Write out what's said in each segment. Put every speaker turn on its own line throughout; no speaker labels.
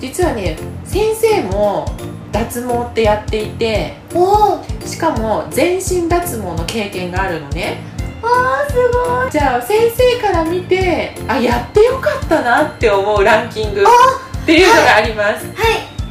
実はね先生も脱毛ってやっていて
おー
しかも全身脱毛の経験があるのね
あーすごい
じゃあ先生から見てあやってよかったなって思うランキングっていうのがあります、
は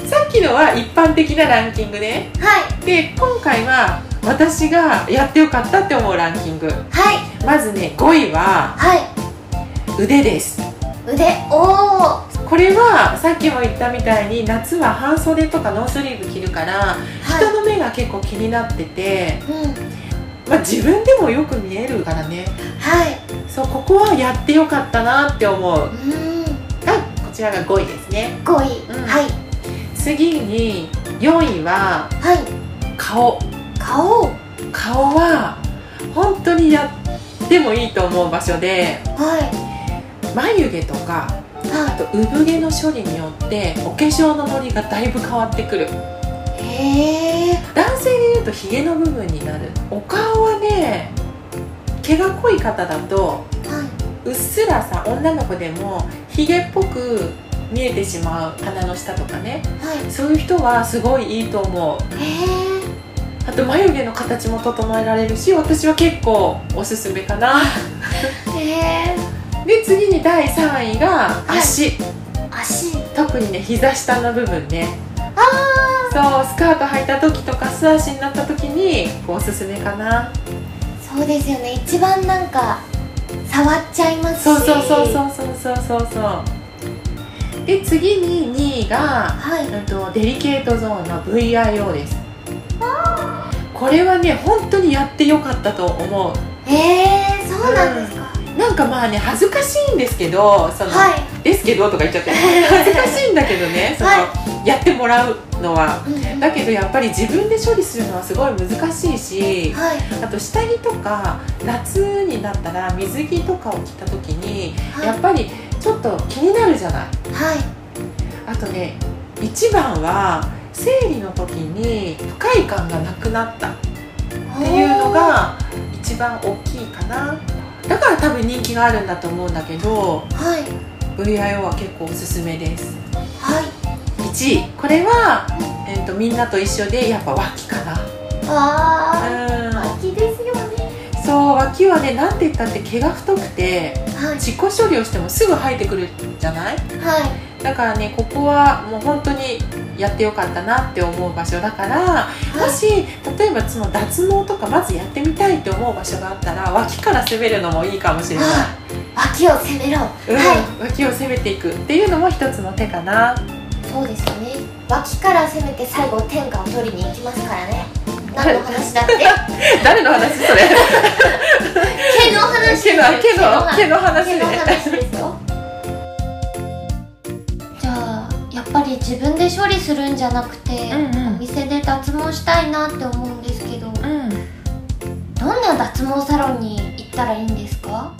さっきのは一般的なランキングね
いはい
で今回は私がやってよかったって思うランキング
はい
まずね5位は
は
腕です
い腕おー
これはさっきも言ったみたいに夏は半袖とかノースリーブ着るから人
は
の目が結構気になってて、
いうん
まあ、自分でもよく見えるからね
はい
そうここはやってよかったなって思う
うー
がこちらが5位ですね
ん5位、
うん
はい
次に4位は
はい
顔
顔
顔は本当にやってもいいと思う場所で
は
眉毛とか
いは
あと産毛の処理によってお化粧のノリがだいぶ変わってくる
いへえ
男性でいうとヒゲの部分になるお顔はね毛が濃い方だと
は
うっすらさ女の子でもヒゲっぽく見えてしまう鼻の下とかね
いは
そういう人はすごいいいと思う
いへえ
あと眉毛の形も整えられるし私は結構おすすめかな
へえ
で次に第3位が足、
足
特にね膝下の部分ねそうスカート履いた時とか素足になった時におすすめかな
そうですよね一番なんか触っちゃいますし
そうそうそうそうそうそうそうそうで次に2位が、
はい
うんと、デリケートゾーンの VIO ですこれはね本当にやってよかったと思う
えー、そうなんですか、
なんかまあね恥ずかしいんですけどその、
はい、
ですけどとか言っちゃって恥ずかしいんだけどねその、やってもらうのは
うん
だけどやっぱり自分で処理するのはすごい難しいし
はい
あと下着とか夏になったら水着とかを着た時に
はい
やっぱりちょっと気になるじゃない
はい
あとね一番は生理の時に不快感がなくなったっていうのが一番大きいかなだから多分人気があるんだと思うんだけど
おーはい
VIO は結構おすすめです
はい
1位これは、えっとみんなと一緒でやっぱ脇かな
あ
うん
あ秋ですよね
そう脇はねなんて言ったって毛が太くて
はい
自己処理をしてもすぐ生えてくるじゃない
はい
だからねここはもう本当にやってよかったなって思う場所だからもし例えばその脱毛とかまずやってみたいって思う場所があったら脇から攻めるのもいいかもしれない、
秋を攻めろ
うん
は
脇を攻めていくっていうのも一つの手かない
そうですよね脇から攻めて最後天下を取りに行きますからね何の話だって
誰の話 それ
毛の話です
毛
よ
の毛の毛の話
毛
ね
の話ですよじゃあやっぱり自分で処理するんじゃなくて、
うんうん
お店で脱毛したいなって思うんですけどどん
うん
な脱毛サロンに行ったらいいんですか